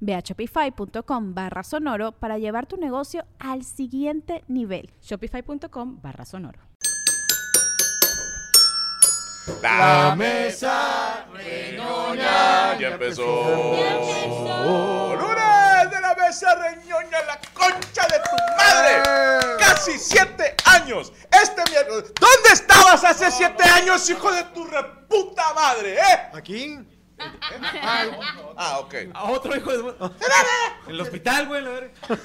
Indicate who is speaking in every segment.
Speaker 1: Ve a shopify.com barra sonoro para llevar tu negocio al siguiente nivel.
Speaker 2: Shopify.com barra sonoro.
Speaker 3: La mesa reñoña ya empezó. Lunes de la mesa reñoña, la concha de tu madre. Casi siete años. Este miércoles. ¿Dónde estabas hace siete años, hijo de tu reputa madre, eh?
Speaker 4: Aquí.
Speaker 3: Ah, ok.
Speaker 5: A otro hijo de... En el hospital, güey. la verga.
Speaker 6: No,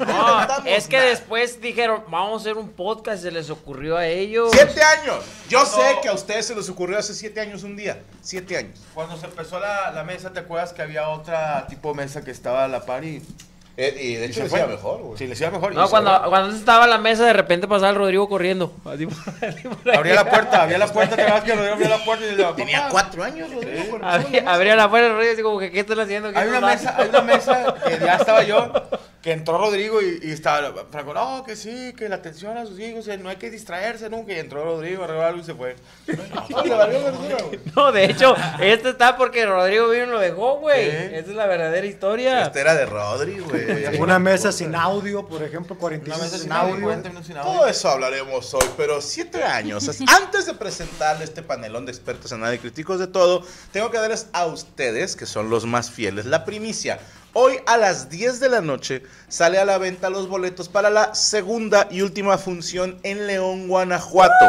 Speaker 3: Estamos
Speaker 6: es que
Speaker 3: mal.
Speaker 6: después dijeron, vamos a hacer un podcast, se les ocurrió a ellos.
Speaker 3: Siete años. Yo sé que a ustedes se les ocurrió hace siete años un día. Siete años.
Speaker 4: Cuando se empezó la, la mesa, ¿te acuerdas que había otra tipo de mesa que estaba a la par y.
Speaker 3: Eh, y
Speaker 4: se
Speaker 3: de hecho les
Speaker 4: fue.
Speaker 3: iba mejor, güey.
Speaker 4: Sí, les iba mejor. y
Speaker 6: No,
Speaker 4: se
Speaker 6: cuando,
Speaker 4: abría.
Speaker 6: cuando estaba en la mesa, de repente pasaba el Rodrigo corriendo. Así por- así por ahí.
Speaker 4: Abría la puerta, abría la puerta, te acuerdas que Rodrigo abrió la puerta y le decía,
Speaker 3: Tenía
Speaker 4: "Papá,
Speaker 3: cuatro años, Rodrigo. cuando empezó la
Speaker 6: Abría,
Speaker 3: mesa.
Speaker 6: abría la puerta el Rodrigo, así como que, ¿qué están haciendo? ¿Qué
Speaker 4: Hay una
Speaker 6: están
Speaker 4: mesa, hay
Speaker 6: haciendo?"
Speaker 4: una mesa que ya estaba yo, que entró Rodrigo y, y estaba Franco, no, que sí, que la atención a sus hijos, eh, no hay que distraerse nunca. Y entró Rodrigo, arregló algo y se fue. No, le valió verdura, güey.
Speaker 6: No, de hecho, este está porque Rodrigo vino y lo dejó, güey.
Speaker 4: Sí.
Speaker 6: Esa es la verdadera historia.
Speaker 3: Esta Este era de Rodri, güey.
Speaker 7: Una mesa sin audio, por ejemplo, 45
Speaker 4: Una mesa sin
Speaker 7: audio.
Speaker 4: audio, 40 minutos sin audio.
Speaker 3: Todo eso hablaremos hoy, pero siete años. Es- Antes de presentarle este panelón de expertos en nada y críticos de todo, tengo que darles a ustedes, que son los más fieles, la primicia. Hoy a las 10 de la noche sale a la venta los boletos para la segunda y última función en León, Guanajuato.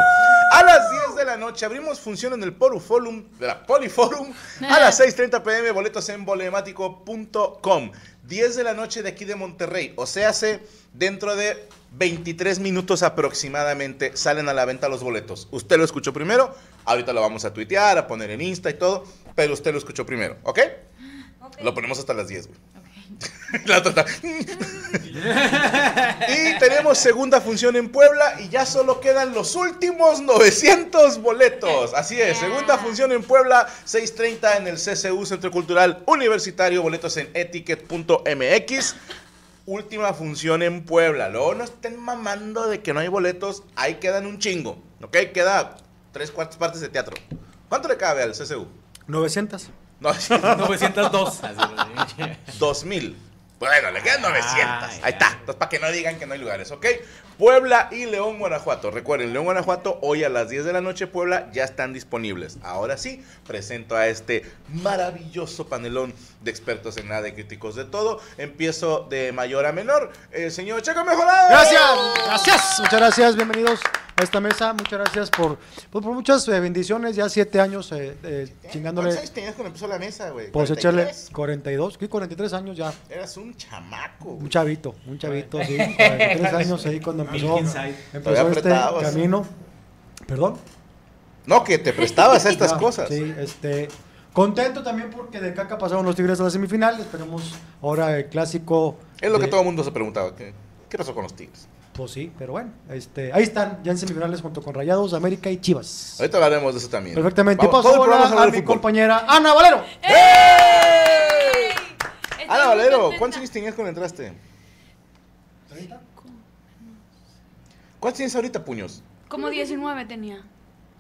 Speaker 3: A las 10 de la noche abrimos función en el Poruforum, de la Poliforum, a las 6.30 pm, boletos en bolemático.com. 10 de la noche de aquí de Monterrey, o sea, hace dentro de 23 minutos aproximadamente salen a la venta los boletos. Usted lo escuchó primero, ahorita lo vamos a tuitear, a poner en Insta y todo, pero usted lo escuchó primero, ¿ok? Lo ponemos hasta las 10, güey. La otra está- y tenemos segunda función en Puebla y ya solo quedan los últimos 900 boletos. Así es, segunda función en Puebla, 6.30 en el CCU, Centro Cultural Universitario, boletos en etiquet.mx. Última función en Puebla. Luego no estén mamando de que no hay boletos, ahí quedan un chingo. ¿Ok? Queda tres cuartas partes de teatro. ¿Cuánto le cabe al CCU?
Speaker 7: 900.
Speaker 3: No,
Speaker 5: 902.
Speaker 3: 2000. Bueno, le quedan 900.
Speaker 6: ya.
Speaker 3: Ahí está. Entonces, para que no digan que no hay lugares, ¿ok? Puebla y León, Guanajuato. Recuerden, León, Guanajuato, hoy a las 10 de la noche, Puebla, ya están disponibles. Ahora sí, presento a este maravilloso panelón de expertos en nada y críticos de todo. Empiezo de mayor a menor. El señor Checo Mejorado.
Speaker 7: Gracias, gracias, muchas gracias, bienvenidos a esta mesa, muchas gracias por, por, por muchas eh, bendiciones, ya siete años eh, eh,
Speaker 3: ¿Cuántos
Speaker 7: chingándole,
Speaker 3: años tenías cuando empezó la mesa, güey?
Speaker 7: por echarle
Speaker 3: 43.
Speaker 7: 42, ¿qué? 43 años ya,
Speaker 3: Eras un chamaco. güey.
Speaker 7: un chavito, un chavito, sí, 43 años ahí cuando empezó,
Speaker 5: Milk inside.
Speaker 7: empezó este
Speaker 3: apretabas.
Speaker 7: camino, perdón.
Speaker 3: No, que te prestabas a estas
Speaker 7: Ah,
Speaker 3: cosas.
Speaker 7: Sí, este. Contento también porque de caca pasaron los Tigres a la semifinal. Esperemos ahora el clásico.
Speaker 3: Es lo que
Speaker 7: de-
Speaker 3: todo el mundo se preguntaba. ¿Qué, qué pasó con los Tigres?
Speaker 7: Pues sí, pero bueno. Este, ahí están, ya en semifinales junto con Rayados, América y Chivas.
Speaker 3: Ahorita hablaremos de eso también.
Speaker 7: Perfectamente.
Speaker 3: Vamos, todo
Speaker 7: Paso
Speaker 3: el
Speaker 7: ahora
Speaker 3: programa vamos a
Speaker 7: a,
Speaker 3: hablar de
Speaker 7: mi
Speaker 3: fútbol.
Speaker 7: compañera Ana Valero.
Speaker 8: Estoy
Speaker 3: Ana
Speaker 8: muy
Speaker 3: Valero,
Speaker 8: contenta.
Speaker 3: ¿cuántos años tenías cuando entraste? ¿Cuántos tienes ahorita, puños?
Speaker 8: Como 19 tenía.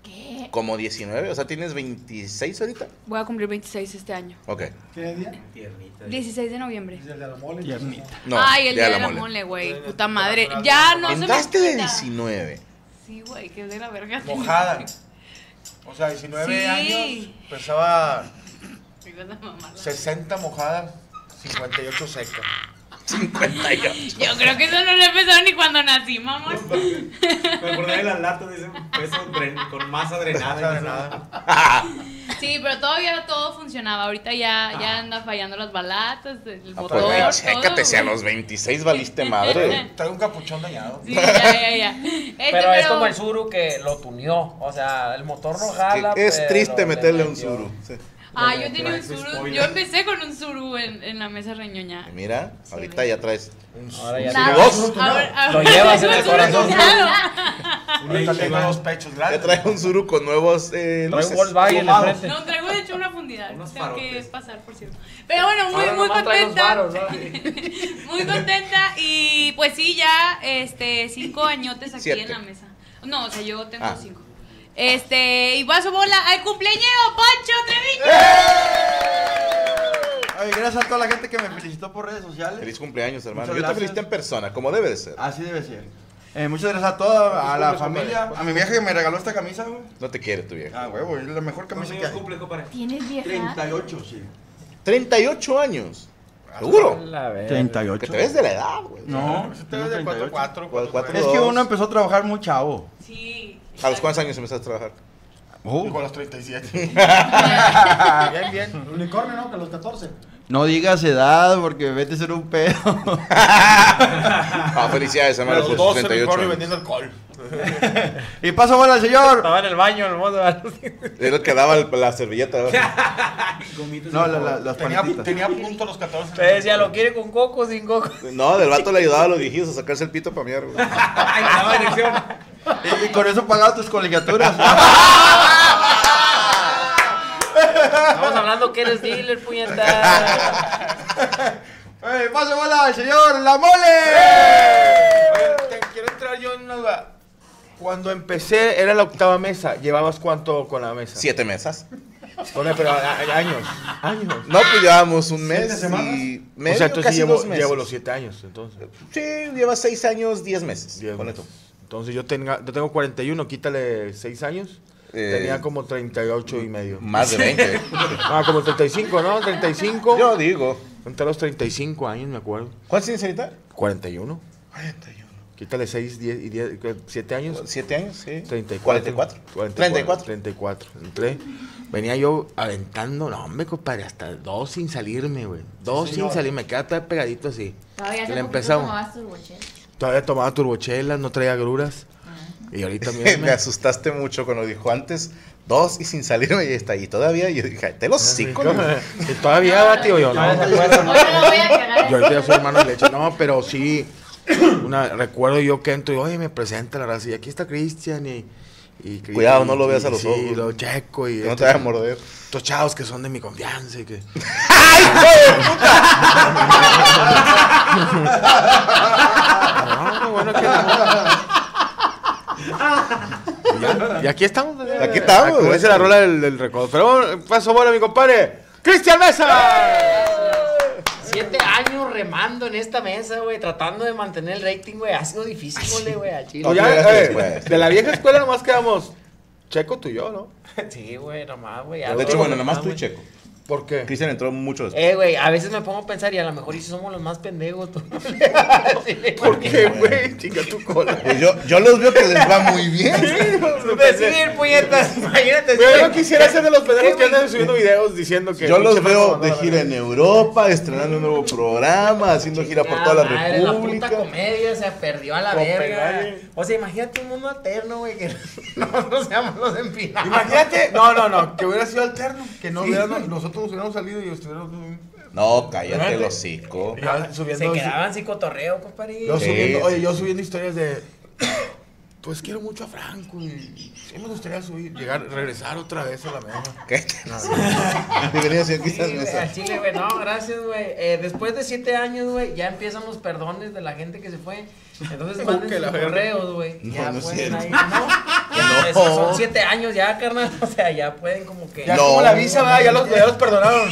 Speaker 8: Eh.
Speaker 3: Como 19, o sea, tienes 26 ahorita.
Speaker 8: Voy a cumplir 26 este año.
Speaker 3: Ok.
Speaker 7: ¿Qué día?
Speaker 8: 16 de noviembre.
Speaker 7: El de la mole.
Speaker 3: No,
Speaker 8: Ay, el
Speaker 3: ya
Speaker 8: día
Speaker 3: la
Speaker 8: de la
Speaker 3: mole.
Speaker 8: mole, güey. Puta madre. Ya no se me
Speaker 3: Entraste de
Speaker 8: quita.
Speaker 3: 19.
Speaker 8: Sí, güey, que de la verga.
Speaker 4: Mojada. O sea, 19
Speaker 8: Sí.
Speaker 4: años, pesaba
Speaker 8: Estoy con la mamá.
Speaker 4: 60 mojadas, 58 secas.
Speaker 3: 58.
Speaker 8: Yo creo que eso no lo empezaron ni cuando nací, mamón.
Speaker 4: Me acordé de las latas de ese peso dren- con masa drenada.
Speaker 9: Masa
Speaker 4: y eso.
Speaker 9: drenada.
Speaker 8: Sí, pero todavía todo funcionaba. Ahorita ya,
Speaker 6: Ah.
Speaker 8: ya anda fallando las balatas, el
Speaker 3: Ah,
Speaker 8: motor,
Speaker 3: pues, güey,
Speaker 8: todo.
Speaker 3: chécate, si a los 26 valiste madre.
Speaker 9: Traigo un capuchón dañado.
Speaker 8: Sí, ya, ya, ya. Este,
Speaker 6: Pero es como el Zuru que lo tuneó. O sea, el motor no jala.
Speaker 3: Es
Speaker 6: pero
Speaker 3: triste
Speaker 6: le
Speaker 3: meterle un
Speaker 6: metió.
Speaker 3: suru. Sí.
Speaker 6: eh,
Speaker 8: Ah, yo tenía un
Speaker 4: Trae su
Speaker 8: suru.
Speaker 4: spoiler.
Speaker 8: Yo empecé con un suru en, en la mesa reñoña.
Speaker 3: Mira, ahorita ya traes.
Speaker 6: Ahora ya
Speaker 8: Nada.
Speaker 3: Suru dos.
Speaker 8: Ahora-
Speaker 6: Lo
Speaker 8: ahora-
Speaker 6: llevas en el
Speaker 8: Suru
Speaker 6: corazón.
Speaker 8: cruzado.
Speaker 9: Ahorita tengo dos pechos
Speaker 3: Ya
Speaker 9: grandes.
Speaker 3: traes un suru con nuevos
Speaker 6: Trae
Speaker 3: eh,
Speaker 6: un
Speaker 3: luces.
Speaker 6: Volkswagen
Speaker 9: Tomado.
Speaker 6: enfrente.
Speaker 8: No, traigo de hecho una fundidad.
Speaker 4: Unos
Speaker 8: Tengo que
Speaker 4: farotes.
Speaker 8: pasar, por cierto. Pero bueno, muy,
Speaker 6: Ahora
Speaker 8: muy
Speaker 6: nomás trae los
Speaker 8: contenta.
Speaker 6: varos, ¿no?
Speaker 8: Muy contenta. Y pues sí, ya este, cinco añotes aquí
Speaker 3: Siete.
Speaker 8: en la mesa. No, o sea, yo tengo
Speaker 3: Ah.
Speaker 8: cinco. Este, y paso bola al cumpleañero, Pancho Treviño.
Speaker 3: ¡Eh!
Speaker 9: Ay, gracias a toda la gente que me felicitó por redes sociales.
Speaker 3: Feliz cumpleaños, hermano.
Speaker 9: Muchas
Speaker 3: Yo te
Speaker 9: gracias.
Speaker 3: felicito en persona, como debe de ser.
Speaker 9: Así debe ser. Eh, muchas gracias a toda, a la familia, a mi vieja que me regaló esta camisa, güey.
Speaker 3: No te quiere tu vieja.
Speaker 9: Ah, huevo, es la mejor camisa que
Speaker 4: ¿Cuántos
Speaker 9: hay.
Speaker 4: cumple, compadre?
Speaker 10: ¿Tienes vieja?
Speaker 9: 38, sí.
Speaker 3: Ah. 38 años. ¿Seguro?
Speaker 6: La verga.
Speaker 9: 38.
Speaker 3: Que te ves de la edad, güey.
Speaker 9: No,
Speaker 4: Te ves de 4,
Speaker 9: 4
Speaker 4: 4,
Speaker 3: Cuatro, cuatro.
Speaker 9: Es que uno empezó a trabajar muy chavo.
Speaker 8: Sí.
Speaker 3: ¿A los cuántos años empezaste a trabajar? Uh,
Speaker 9: Con los 37.
Speaker 4: Bien, bien.
Speaker 7: Unicornio, ¿no? Que a los 14.
Speaker 9: No digas edad porque vete a ser un pedo.
Speaker 3: Ah, felicidades, hermano.
Speaker 9: Los
Speaker 3: por sus
Speaker 9: dos
Speaker 3: 38 años.
Speaker 9: alcohol. y paso bola al señor.
Speaker 6: Estaba en el baño, el modo.
Speaker 3: Era el que daba el- la servilleta. ¿verdad?
Speaker 9: No, la- la- las
Speaker 4: Tenía,
Speaker 9: panetitas.
Speaker 4: tenía punto los 14.
Speaker 6: Te decía, ¿lo quiere con coco o sin coco?
Speaker 3: No, del vato le ayudaba a los viejitos a sacarse el pito para miar, güey.
Speaker 4: Ay, me daba dirección.
Speaker 9: Y, y con eso pagaba tus colegiaturas.
Speaker 6: Estamos hablando que eres dealer, puñetada.
Speaker 9: Ey, paso bola al señor La Mole.
Speaker 4: Te quiero entrar yo en una duda. Cuando empecé, era la octava mesa. ¿Llevabas cuánto con la mesa?
Speaker 3: Siete mesas.
Speaker 4: Bueno, pero a- a- años. Años.
Speaker 3: No, pues llevábamos un
Speaker 9: ¿Siete
Speaker 3: mes
Speaker 9: semanas?
Speaker 3: y
Speaker 4: o
Speaker 3: medio,
Speaker 4: sea, entonces
Speaker 3: casi
Speaker 4: llevo,
Speaker 3: dos meses.
Speaker 4: llevo los siete años, entonces.
Speaker 3: Sí, lleva seis años, diez meses.
Speaker 4: Diez
Speaker 3: Ponle
Speaker 4: meses.
Speaker 3: tú.
Speaker 4: Entonces yo, tenga, yo tengo 41, quítale 6 años.
Speaker 3: Eh,
Speaker 4: Tenía como 38 y medio.
Speaker 3: Más de 20.
Speaker 4: Ah, como 35, ¿no? 35.
Speaker 3: Yo digo.
Speaker 4: Entre los 35 años, me acuerdo.
Speaker 3: ¿Cuál sinceridad?
Speaker 4: 41. Quítale 6, 10 y 10, 7 años.
Speaker 3: ¿Siete años? Sí.
Speaker 4: 34.
Speaker 3: 44.
Speaker 4: 34.
Speaker 3: 34.
Speaker 4: 34. Entré. Venía yo aventando, no, hombre, compadre, hasta dos sin salirme, güey. Dos sin salirme, me quedaba todo pegadito así.
Speaker 11: Todavía
Speaker 4: Y
Speaker 11: hace
Speaker 4: le
Speaker 11: poquito
Speaker 4: empezamos.
Speaker 11: tomabas tus bochetes.
Speaker 4: Todavía tomaba turbochelas, no traía gruras.
Speaker 3: Ah.
Speaker 4: Y ahorita,
Speaker 3: Me
Speaker 4: mírame.
Speaker 3: asustaste mucho cuando dijo antes dos y sin salirme y está ahí todavía. Y yo dije, "Ay, te los cinco.
Speaker 4: Y todavía va, tío, yo, no. pues,
Speaker 11: Ahora lo voy a cagar.
Speaker 4: Yo ahorita ya soy hermano de leche. No, pero sí. Una, recuerdo yo que entro y, oye, me presenta la raza. Y aquí está Cristian y. y Cri-
Speaker 3: Cuidado, no lo veas a
Speaker 4: y
Speaker 3: los
Speaker 4: sí,
Speaker 3: ojos.
Speaker 4: Y lo checo y.
Speaker 3: Que no te
Speaker 4: estos-
Speaker 3: vayas a morder.
Speaker 4: Estos chavos que son de mi confianza y que. ¡Ay,
Speaker 3: Ah,
Speaker 4: hijo de puta! no, bueno, que- Y aquí estamos.
Speaker 3: Aquí estamos,
Speaker 4: Ah, Como
Speaker 3: güey.
Speaker 4: dice la rola del, del recodo. Pero bueno, paso bola, mi compadre. ¡Cristian Mesa!
Speaker 6: Siete años remando en esta mesa, güey, tratando de mantener el rating, güey. Ha sido
Speaker 3: Ah,
Speaker 6: difícil, güey, al
Speaker 3: No,
Speaker 6: chile.
Speaker 4: Pues ya,
Speaker 3: llegaste
Speaker 4: eh,
Speaker 3: después.
Speaker 4: de la vieja escuela nomás quedamos Checo tú y yo, ¿no?
Speaker 6: Sí, güey, nomás, güey.
Speaker 3: De hecho, bueno,
Speaker 4: ah,
Speaker 3: nomás tú y Checo.
Speaker 4: ¿Por qué?
Speaker 3: Cristian entró mucho después.
Speaker 6: Eh, güey, a veces me pongo a pensar y a lo mejor y si somos los más pendejos. tú.
Speaker 4: ¿Por qué, güey? Chinga tu cola.
Speaker 3: eh, Pues yo, yo los veo que les va muy bien.
Speaker 6: Decidir, puñetas. Imagínate.
Speaker 4: Pero
Speaker 6: sí.
Speaker 4: yo no quisiera ser de los pendejos
Speaker 6: ¿Qué,
Speaker 4: que
Speaker 6: güey?
Speaker 4: andan subiendo videos diciendo que.
Speaker 3: Yo los
Speaker 4: pinche
Speaker 3: veo
Speaker 4: mamada,
Speaker 3: de gira en Europa, estrenando un nuevo programa, haciendo gira por toda la
Speaker 6: madre,
Speaker 3: República.
Speaker 6: La puta comedia se perdió a la verga.
Speaker 4: Copenhague.
Speaker 6: O sea, imagínate un mundo alterno, güey, que no, no seamos los empinados.
Speaker 4: Imagínate. No, no, no. Que hubiera sido alterno. Que no hubiéramos- nosotros hubiéramos salido y estuviéramos.
Speaker 3: No, cállate el hocico.
Speaker 4: Ya subiendo.
Speaker 6: Se quedaban sin cotorreo, compadre.
Speaker 4: Yo
Speaker 3: Sí,
Speaker 4: subiendo, oye,
Speaker 3: sí,
Speaker 4: yo subiendo historias de. Pues quiero mucho a Franco y sí me gustaría subir, llegar, regresar otra vez a la mesa.
Speaker 3: Cállate el hocico. Bienvenido,
Speaker 6: Sí,
Speaker 3: señor Cristian
Speaker 6: güey, al
Speaker 3: Mesa.
Speaker 6: Chile, güey, no, gracias, güey. Eh, después de siete años, güey, ya empiezan los perdones de la gente que se fue. Entonces manden
Speaker 4: que la
Speaker 6: sus
Speaker 4: verga.
Speaker 6: correos, güey.
Speaker 3: No,
Speaker 6: ya
Speaker 3: no es
Speaker 6: pueden
Speaker 3: cierto.
Speaker 6: ahí, ¿no?
Speaker 3: No.
Speaker 6: Es que Son siete años ya, carnal. O sea, ya pueden como que.
Speaker 4: Ya
Speaker 3: No.
Speaker 4: como la visa, ¿verdad? Ya los, ya los perdonaron.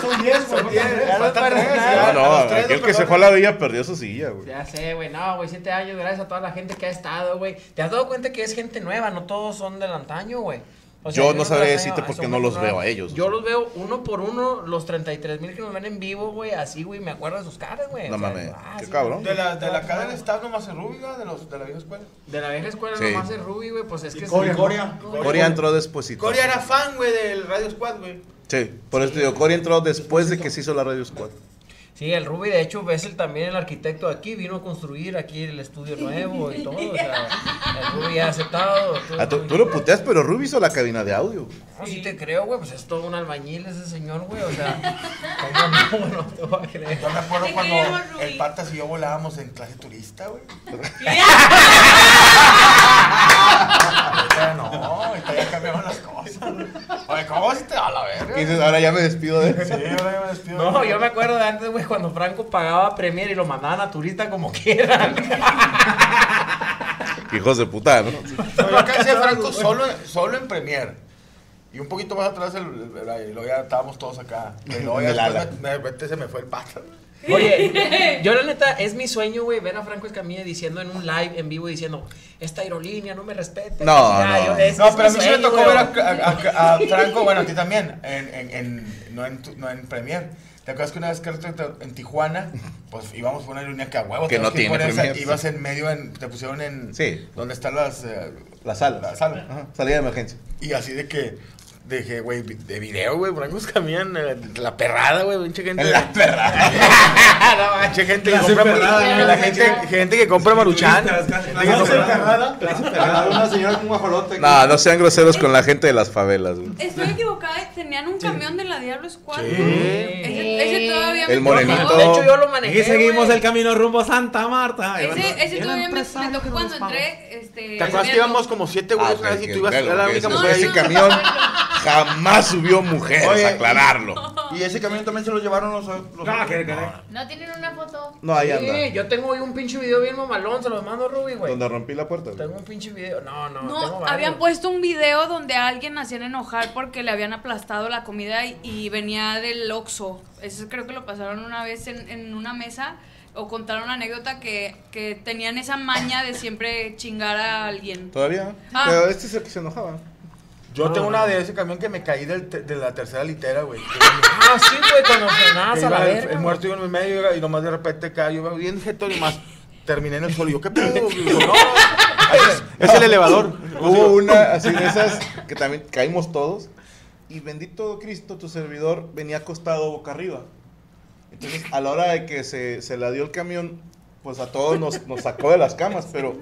Speaker 7: Son 10, güey.
Speaker 4: Ya los
Speaker 3: No,
Speaker 4: perdonaron.
Speaker 3: no,
Speaker 4: A los tres
Speaker 3: aquel
Speaker 4: los
Speaker 3: que se
Speaker 4: perdonaron.
Speaker 3: fue a la villa perdió su silla, güey.
Speaker 6: Ya sé, güey, no, güey, siete años, gracias a toda la gente que ha estado, güey. ¿Te has dado cuenta que es gente nueva? No todos son del antaño, güey. O sea,
Speaker 3: Yo no sabré
Speaker 6: los
Speaker 3: decirte
Speaker 6: veo,
Speaker 3: porque
Speaker 6: son
Speaker 3: no los
Speaker 6: raros.
Speaker 3: veo a ellos.
Speaker 6: Yo
Speaker 3: o sea.
Speaker 6: los veo uno por uno, los 33 mil que nos ven en vivo, güey, así, güey, me acuerdo de sus caras, güey.
Speaker 3: No
Speaker 6: O sea,
Speaker 3: mames,
Speaker 6: ah,
Speaker 3: qué
Speaker 6: sí,
Speaker 3: cabrón.
Speaker 4: De la, de la cara del estado nomás se rubia, de, los, de la vieja escuela.
Speaker 6: De la vieja escuela
Speaker 3: Sí.
Speaker 6: nomás es Ruby, güey, pues es que... es-
Speaker 7: Corea, ¿no?
Speaker 3: Corea entró despuesito.
Speaker 4: Coria era fan, güey, del Radio Squad, güey.
Speaker 3: Sí, por eso te digo, Corea entró después de que se hizo la Radio Squad.
Speaker 6: Sí, el Ruby, de hecho, es el, también el arquitecto de aquí, vino a construir aquí el estudio nuevo y todo, o sea, el Ruby ha aceptado. todo,
Speaker 3: Ah, tú,
Speaker 6: todo.
Speaker 3: tú lo puteas, pero Ruby hizo la cabina de audio. güey.
Speaker 6: No, sí te creo, güey, pues es todo un albañil ese señor, güey, o sea, ¿cómo no? No te voy a creer.
Speaker 4: Yo me acuerdo
Speaker 8: Te
Speaker 4: cuando
Speaker 8: queremos, Rubí.
Speaker 4: el Patas y yo volábamos en clase turista, güey. Ahorita no, ahorita ya cambiaron las cosas. Oye, ¿cómo se te va la
Speaker 3: Y
Speaker 4: verga?
Speaker 3: dices, ahora ya me despido de
Speaker 4: Sí,
Speaker 3: eso.
Speaker 4: ahora ya me despido.
Speaker 6: No, yo me acuerdo de antes, güey, cuando Franco pagaba Premier y lo mandaban a turista como quieran.
Speaker 3: Hijos de puta, ¿no?
Speaker 4: No, yo alcancé a Franco solo, solo en Premier. Y un poquito más atrás, el, el- el- luego ya estábamos todos acá. Y luego ya
Speaker 3: El ala.
Speaker 4: después me- de repente se me fue el pato.
Speaker 6: Oye, yo la neta, es mi sueño, güey, ver a Franco Escamilla diciendo en un live en vivo diciendo, esta aerolínea no me respeta.
Speaker 3: No,
Speaker 6: chingada".
Speaker 3: no.
Speaker 6: Yo- ese
Speaker 4: No,
Speaker 6: es
Speaker 4: pero a
Speaker 6: mi
Speaker 4: mí sí me
Speaker 6: sueño,
Speaker 4: tocó
Speaker 6: güey.
Speaker 4: ver a, a- a- a Franco, bueno, a ti también, en, en, en- no, en tu- no en Premier. ¿Te acuerdas que una vez que te- te- en Tijuana, pues íbamos por una línea que a huevo
Speaker 3: Que
Speaker 4: tenías
Speaker 3: no tiene
Speaker 4: ir por esa,
Speaker 3: Premier, sí.
Speaker 4: Ibas en medio, en, te pusieron en.
Speaker 3: Sí.
Speaker 4: Donde están las. eh,
Speaker 3: La sala.
Speaker 4: La sala.
Speaker 3: Ajá, Salida de emergencia.
Speaker 4: Y así de que. Dije, güey, vi- de video, güey, Franco Escamilla en la, eh, la perrada, güey, pinche gente.
Speaker 3: En la perra.
Speaker 4: no, manches, gente que compra
Speaker 11: perrada,
Speaker 4: la
Speaker 11: ¿no?
Speaker 4: gente, gente que compra maruchan. Gente que
Speaker 7: Clase
Speaker 4: compra-
Speaker 7: cerrada, clase cerrada, Una señora con un guajolote.
Speaker 3: No, no sean groseros con la gente de las favelas, güey.
Speaker 8: Estoy equivocada, tenían un camión de la Diablo Squad.
Speaker 4: Sí.
Speaker 8: ¿no? Ese, ese todavía
Speaker 3: El
Speaker 8: me tocó.
Speaker 3: morenito.
Speaker 6: De hecho, yo lo manejé.
Speaker 12: Y seguimos
Speaker 6: güey.
Speaker 12: el camino rumbo a Santa Marta.
Speaker 8: Ese, ese
Speaker 12: Eran
Speaker 8: todavía me,
Speaker 12: tres
Speaker 8: me
Speaker 12: años
Speaker 8: tocó
Speaker 12: que
Speaker 8: cuando
Speaker 12: nos vamos.
Speaker 8: entré. Este,
Speaker 4: Ah, ¿Te acuerdas que íbamos como siete
Speaker 3: Ah,
Speaker 4: güeyes atrás y
Speaker 3: que-
Speaker 4: tú ibas a
Speaker 3: que-
Speaker 4: ser la
Speaker 3: que
Speaker 4: única
Speaker 3: eso-
Speaker 8: no,
Speaker 4: mujer ahí?
Speaker 3: Ese camión jamás subió mujeres,
Speaker 4: Oye,
Speaker 3: aclararlo.
Speaker 4: Y ese camión también se lo llevaron los, los
Speaker 12: No, que- que-
Speaker 11: ¿No tienen una foto?
Speaker 3: No, ahí
Speaker 6: Sí,
Speaker 3: anda.
Speaker 6: yo tengo hoy un pinche video bien mamalón, se los mando Ruby, güey.
Speaker 3: Donde rompí la puerta. güey.
Speaker 6: Tengo un pinche video. No, no, tengo
Speaker 8: No,
Speaker 6: varios.
Speaker 8: habían puesto un video donde a alguien hacían enojar porque le habían aplastado la comida y, y venía del Oxxo. Eso creo que lo pasaron una vez en, en una mesa o contaron una anécdota que, que tenían esa maña de siempre chingar a alguien.
Speaker 3: Todavía.
Speaker 8: Ah.
Speaker 3: Pero este es el que se enojaba. Ah.
Speaker 4: Yo tengo una de ese camión que me caí del te- de la tercera litera, güey.
Speaker 6: Ah, sí, güey, cuando
Speaker 4: Que
Speaker 6: frenabas a la
Speaker 4: iba el,
Speaker 6: verga.
Speaker 4: el muerto iba en mi medio iba- y nomás de repente caí, yo iba bien jeto y más terminé en el suelo. Y yo, ¿qué pedo? Y yo, no, es, es el elevador.
Speaker 3: Hubo una así de esas que también caímos todos. Y bendito Cristo, tu servidor venía acostado boca arriba. Entonces, a la hora de que se, se la dio el camión, pues a todos nos, nos sacó de las camas, pero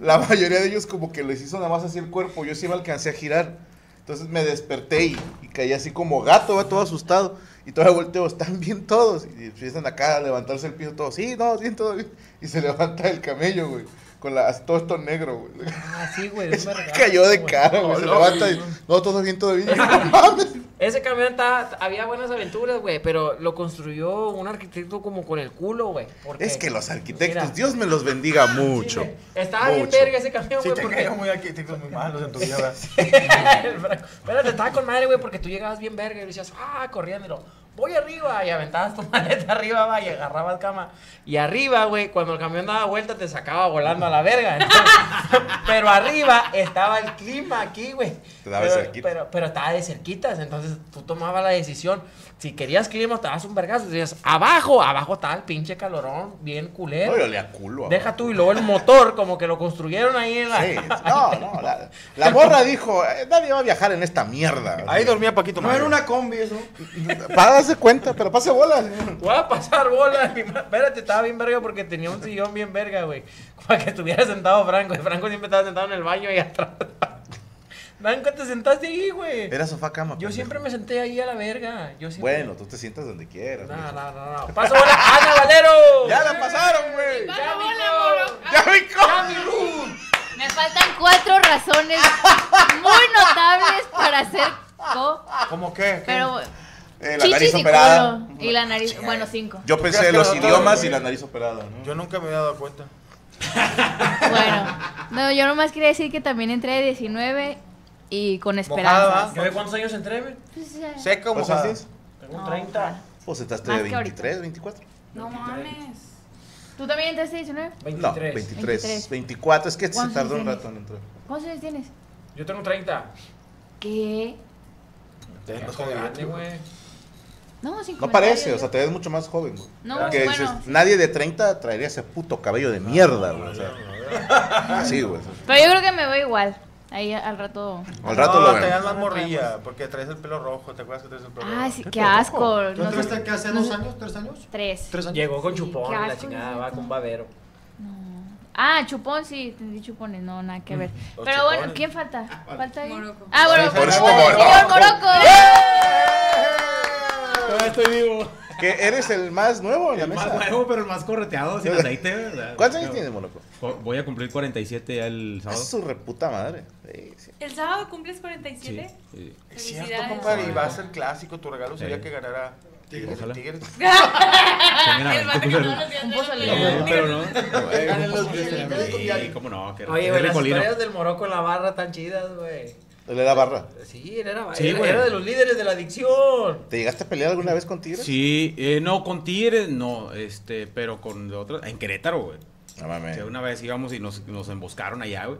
Speaker 3: la mayoría de ellos como que les hizo nada más así el cuerpo. Yo sí me alcancé a girar. Entonces me desperté y, y caí así como gato, va todo asustado. Y todavía volteo, están bien todos. Y empiezan acá a levantarse el piso todos. Sí, no, bien, todo bien. Y se levanta el camello, güey. Con la, todo esto negro, güey.
Speaker 6: Ah, sí, güey, es
Speaker 3: Eso
Speaker 6: un
Speaker 3: me
Speaker 6: vergazo,
Speaker 3: cayó de
Speaker 6: güey.
Speaker 3: cara, güey. Se levanta y. No, todo bien, todo bien. Y yo, "No mames".
Speaker 6: Ese camión ta- había buenas aventuras, güey, pero lo construyó un arquitecto como con el culo, güey. porque-
Speaker 3: Es que los
Speaker 6: Mira,
Speaker 3: arquitectos, Dios me los bendiga
Speaker 6: sí,
Speaker 3: mucho.
Speaker 6: güey, estaba bien
Speaker 3: mucho.
Speaker 6: verga ese camión,
Speaker 4: Sí,
Speaker 6: güey,
Speaker 4: te
Speaker 6: porque-
Speaker 4: cayó muy aquí, tengo muy malos en tu vida, ¿verdad?
Speaker 6: El Franco. Pero te estaba con madre, güey, porque tú llegabas bien verga y decías, ah, corriéndolo. Voy arriba y aventabas tu maleta arriba, va, y agarrabas cama. Y arriba, güey, cuando el camión daba vuelta te sacaba volando a la verga. Entonces, pero arriba estaba el clima aquí, güey.
Speaker 3: Te daba de
Speaker 6: pero,
Speaker 3: cerquita.
Speaker 6: Pero, pero estaba de cerquitas, entonces tú tomabas la decisión. Si querías clima, te dabas un vergazo. Decías, abajo, abajo estaba el pinche calorón, bien culero.
Speaker 3: No, yo le culo. a-
Speaker 6: ¿eh? Deja tú y luego el motor, como que lo construyeron ahí en la.
Speaker 3: Sí, sí. No, no. La, la morra dijo: "Eh, Nadie va a viajar en esta mierda.
Speaker 4: Ahí dormía Paquito
Speaker 12: No
Speaker 4: Madero.
Speaker 12: era una combi eso.
Speaker 3: Para darse cuenta, pero pase bolas.
Speaker 6: Voy a pasar bola. mi ma- Espérate, estaba bien verga porque tenía un sillón bien verga, güey. Para que estuviera sentado Franco. Y Franco siempre estaba sentado en el baño ahí atrás. Franco, te sentaste ahí, güey.
Speaker 3: Era sofá cama.
Speaker 6: Yo
Speaker 3: pendejo.
Speaker 6: siempre me senté ahí a la verga. Yo siempre...
Speaker 3: Eh, pues, Bueno, tú te sientas donde quieras.
Speaker 6: No,
Speaker 3: mijo.
Speaker 6: no, no, no. Paso bola. ¡Ana Valero!
Speaker 3: Ya la pasaron, güey.
Speaker 11: ¡Para
Speaker 6: mi
Speaker 11: bola,
Speaker 6: Ruth!
Speaker 11: moro!
Speaker 3: Ya me co-
Speaker 6: ¡Ya mi Ruth!
Speaker 11: Me faltan cuatro razones muy notables para hacer co.
Speaker 4: ¿Cómo qué?
Speaker 11: Pero
Speaker 3: Eh, la
Speaker 11: chichis
Speaker 3: nariz
Speaker 11: y
Speaker 3: operada.
Speaker 11: culo. Y la nariz, bueno, cinco.
Speaker 3: Yo pensé en los idiomas y la nariz operada. ¿no?
Speaker 4: Yo nunca me había dado cuenta.
Speaker 11: Bueno, no, yo nomás quería decir que también entré de 19 y con esperanzas.
Speaker 6: ¿Yo de cuántos años entré, güey?
Speaker 11: Pues, eh,
Speaker 4: Seco,
Speaker 3: ¿Pues
Speaker 4: mojada.
Speaker 3: así es?
Speaker 6: Tengo
Speaker 11: No,
Speaker 6: 30.
Speaker 3: Pues entraste
Speaker 11: Más
Speaker 3: de
Speaker 11: que Ah, ahorita.
Speaker 3: 23, 24.
Speaker 8: No mames.
Speaker 11: ¿Tú también entraste de 19?
Speaker 3: No,
Speaker 6: 23.
Speaker 3: 23,
Speaker 11: 23.
Speaker 3: 24, es que se
Speaker 11: ¿Cuántos
Speaker 3: tardó un
Speaker 11: tienes?
Speaker 3: rato en entrar.
Speaker 11: ¿Cuántos años tienes?
Speaker 6: Yo tengo 30.
Speaker 11: ¿Qué?
Speaker 6: Más grande, güey.
Speaker 11: No, sin
Speaker 3: No
Speaker 11: comentarios,
Speaker 3: parece, o
Speaker 11: güey.
Speaker 3: sea, te ves mucho más joven, güey.
Speaker 11: No,
Speaker 3: Que
Speaker 11: bueno.
Speaker 3: dices, nadie de 30 traería ese puto cabello de mierda, güey. O sea, sí, güey.
Speaker 11: Pero yo creo que me veo igual. Ahí al rato.
Speaker 3: Al rato lo
Speaker 4: te
Speaker 3: vemos.
Speaker 4: das más morrilla, porque traes el pelo rojo, ¿te acuerdas que traes el pelo rojo?
Speaker 11: Ah, sí, qué asco.
Speaker 7: ¿Tú
Speaker 11: No sé-
Speaker 7: entrevistaste que hace dos años, tres años?
Speaker 11: Tres.
Speaker 7: Tres años.
Speaker 6: Llegó con
Speaker 11: Sí,
Speaker 6: chupón,
Speaker 11: qué
Speaker 6: la
Speaker 11: asco,
Speaker 6: chingada,
Speaker 11: no.
Speaker 6: va con babero.
Speaker 11: Ah, chupón, sí, entendí chupones, no, nada que ver.
Speaker 4: Los
Speaker 11: Pero
Speaker 4: chupones.
Speaker 11: bueno, ¿quién falta? ¿Falta ahí?
Speaker 8: Morocco.
Speaker 11: Ah, bueno,
Speaker 3: Jorge
Speaker 11: señor
Speaker 3: Morocco.
Speaker 11: Morocco.
Speaker 3: ¡Eh!
Speaker 12: Todavía estoy vivo.
Speaker 3: Que eres el más nuevo en la
Speaker 12: El más
Speaker 3: mesa.
Speaker 12: nuevo, pero el más correteado, sin aceite. o sea,
Speaker 3: ¿Cuántos
Speaker 12: no.
Speaker 3: años tienes, Monaco?
Speaker 12: Co- Voy a cumplir 47 ya el
Speaker 3: A
Speaker 12: sábado.
Speaker 3: su reputa madre. Sí, sí.
Speaker 8: ¿El sábado cumples
Speaker 12: Sí,
Speaker 8: 47?
Speaker 12: sí.
Speaker 4: Es cierto,
Speaker 8: Felicidades.
Speaker 4: compadre, y va a ser clásico, tu regalo sería
Speaker 12: Sí.
Speaker 4: que ganara Tigres.
Speaker 12: Ojalá.
Speaker 4: Tigres.
Speaker 12: También a
Speaker 8: El vato que
Speaker 12: Vancouver.
Speaker 8: todos los días
Speaker 11: Un
Speaker 8: le
Speaker 11: pozo
Speaker 8: da
Speaker 11: al
Speaker 8: la
Speaker 11: día.
Speaker 12: No,
Speaker 8: pelota.
Speaker 12: pero no.
Speaker 4: Ganen los Tigres.
Speaker 12: Sí, cómo no, que
Speaker 6: Oye,
Speaker 12: es
Speaker 6: güey, las
Speaker 12: Ricolino.
Speaker 6: historias del Morocco en la barra tan chidas, güey. Pues
Speaker 3: Le da barra.
Speaker 6: Sí, él era,
Speaker 12: Sí,
Speaker 6: él
Speaker 12: güey.
Speaker 6: era de los líderes de la adicción.
Speaker 3: ¿Te llegaste a pelear alguna vez con Tigres?
Speaker 12: Sí, eh, no, con Tigres, no, este, pero con otros, en Querétaro, güey.
Speaker 3: No mames.
Speaker 12: O sea, una vez íbamos y nos, nos emboscaron allá, güey.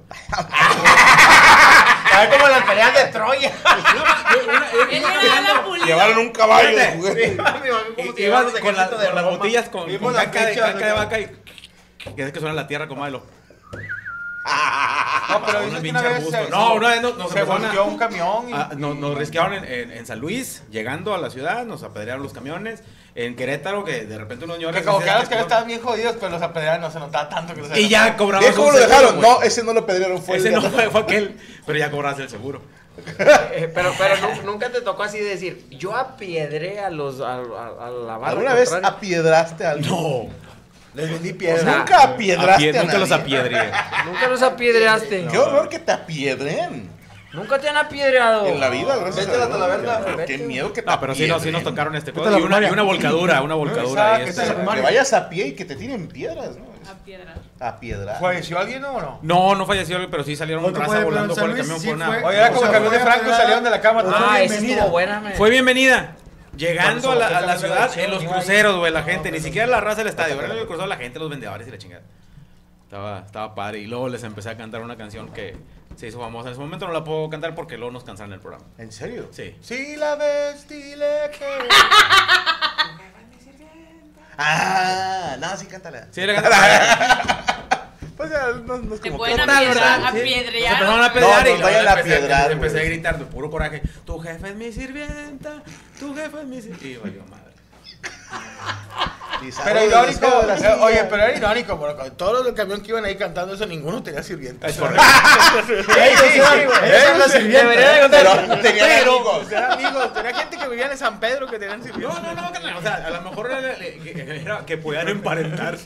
Speaker 6: ¿Sabes como las peleas de Troya?
Speaker 8: Él le da la pulida.
Speaker 3: Llevaron un caballo de
Speaker 6: Sí,
Speaker 3: juguete.
Speaker 6: mami, mami, como si
Speaker 12: Ibas
Speaker 6: llevaras
Speaker 12: con, la-
Speaker 6: ejército
Speaker 12: con las
Speaker 6: Roma.
Speaker 12: botillas, con,
Speaker 4: Vimos
Speaker 12: con
Speaker 4: las
Speaker 12: caca, de,
Speaker 4: fechas,
Speaker 12: caca de
Speaker 4: ¿no?
Speaker 12: vaca y... Que es que suena la tierra, comadelo.
Speaker 4: No, pero
Speaker 12: Ah,
Speaker 4: dices
Speaker 12: un
Speaker 4: que una
Speaker 12: pinche
Speaker 4: vez
Speaker 12: arbusto.
Speaker 4: se-
Speaker 12: No, una vez no- nos
Speaker 4: se
Speaker 12: empezaron a-
Speaker 4: volteó un camión y
Speaker 12: Ah, no- nos resquearon en, en- en San Luis, llegando a la ciudad, nos apedrearon los camiones. En Querétaro, que de repente unos señores...
Speaker 4: que como que
Speaker 12: hacían
Speaker 4: a los que
Speaker 12: este-
Speaker 4: estaban bien jodidos, pero los apedrearon no se notaba tanto que los
Speaker 12: Y ya cobramos
Speaker 3: ¿Y cómo
Speaker 12: un
Speaker 3: lo dejaron?
Speaker 12: seguro, güey.
Speaker 3: No, ese no lo pedrearon, fue
Speaker 12: Ese
Speaker 3: el
Speaker 12: no
Speaker 3: de-
Speaker 12: fue, fue aquel, pero ya cobraste el seguro.
Speaker 6: Eh, Pero, pero nu- nunca te tocó así decir, yo apiedré a los a, a- a la barra.
Speaker 3: ¿Alguna vez
Speaker 6: contraria".
Speaker 3: apiedraste a alguien?
Speaker 12: No.
Speaker 4: Les vendí
Speaker 3: Pues
Speaker 4: piedras.
Speaker 3: nunca
Speaker 12: A
Speaker 3: apiedraste
Speaker 12: pie-
Speaker 3: a nadie.
Speaker 12: nunca los apiedré.
Speaker 6: Nunca los apiedreaste.
Speaker 3: Qué horror que te apiedren.
Speaker 6: Nunca te han apiedreado.
Speaker 3: En la vida, gracias
Speaker 4: Vete a la
Speaker 3: Dios.
Speaker 4: talaverna.
Speaker 3: Pero Qué
Speaker 6: Vete.
Speaker 3: miedo que te
Speaker 12: No, pero sí, no, sí nos
Speaker 3: apiedren.
Speaker 12: tocaron este
Speaker 7: Vete a
Speaker 12: codo.
Speaker 7: la
Speaker 12: Y una,
Speaker 7: primaria.
Speaker 12: y una volcadura, una volcadura.
Speaker 4: Isaac,
Speaker 12: ahí, este.
Speaker 4: esta es la
Speaker 3: Que
Speaker 4: primaria.
Speaker 3: vayas a pie y que te tiren piedras, ¿no?
Speaker 8: A piedra.
Speaker 3: A piedra.
Speaker 4: ¿Falleció alguien o no?
Speaker 12: No, no falleció, pero sí salieron
Speaker 7: Otro
Speaker 12: raza
Speaker 7: puede
Speaker 12: volando por
Speaker 7: pensar,
Speaker 12: el
Speaker 7: Luis,
Speaker 12: camión
Speaker 7: sí
Speaker 12: por una-
Speaker 7: fue-
Speaker 4: Oye, era como
Speaker 7: O
Speaker 4: el
Speaker 7: sea,
Speaker 4: camión de
Speaker 7: voy a
Speaker 4: Franco y
Speaker 7: pegar-
Speaker 4: salieron de la cama.
Speaker 7: Ah,
Speaker 4: todos.
Speaker 6: Ah, esa
Speaker 7: bienvenida.
Speaker 6: estuvo buena, me.
Speaker 12: Fue bienvenida. Llegando a la, a la
Speaker 4: Cuando se voltea la
Speaker 12: ciudad en los
Speaker 4: iba
Speaker 12: cruceros,
Speaker 4: ahí.
Speaker 12: güey, la
Speaker 4: No,
Speaker 12: gente, ni
Speaker 4: pero-
Speaker 12: siquiera la raza del estadio, era el crucero la gente, los vendedores y la chingada. Estaba, estaba padre. Y luego les empecé a cantar una canción que se hizo famosa. En ese momento no la puedo cantar porque luego nos cansaron el programa.
Speaker 3: ¿En serio?
Speaker 12: Sí.
Speaker 4: Si la ves, dile que.
Speaker 3: Ah, no, sí, cántala.
Speaker 12: Sí, la cantaron.
Speaker 3: Pues ya, no, no es
Speaker 8: Te
Speaker 3: como
Speaker 8: pueden
Speaker 3: que-
Speaker 12: Total,
Speaker 8: apiedrar.
Speaker 12: ¿verdad? Sí. Nos
Speaker 8: apiedrear.
Speaker 12: empezaron a pelear
Speaker 3: No,
Speaker 12: y
Speaker 3: nos vayan
Speaker 12: luego
Speaker 3: a
Speaker 12: empecé-
Speaker 3: piedrar,
Speaker 12: Empecé a
Speaker 3: güey.
Speaker 12: gritar de puro coraje. Tu jefe es mi sirvienta, tu jefe es mi sirvienta. Y valió madre.
Speaker 3: Y sale
Speaker 4: Pero
Speaker 3: del
Speaker 4: irónico. eh,
Speaker 3: escabo de la silla.
Speaker 4: Oye, pero era irónico, porque todos los del camión que iban ahí cantando eso, ninguno tenía sirvienta.
Speaker 12: Es correcto.
Speaker 4: Eran los
Speaker 6: Debería de
Speaker 4: Pero
Speaker 3: tenía
Speaker 4: amigos. Era amigos. Tenía gente que vivía en San Pedro que tenían
Speaker 12: No,
Speaker 4: sirvienta.
Speaker 12: no, no, carnal, o sea, a lo mejor era, le- le- que, era que podían emparentar.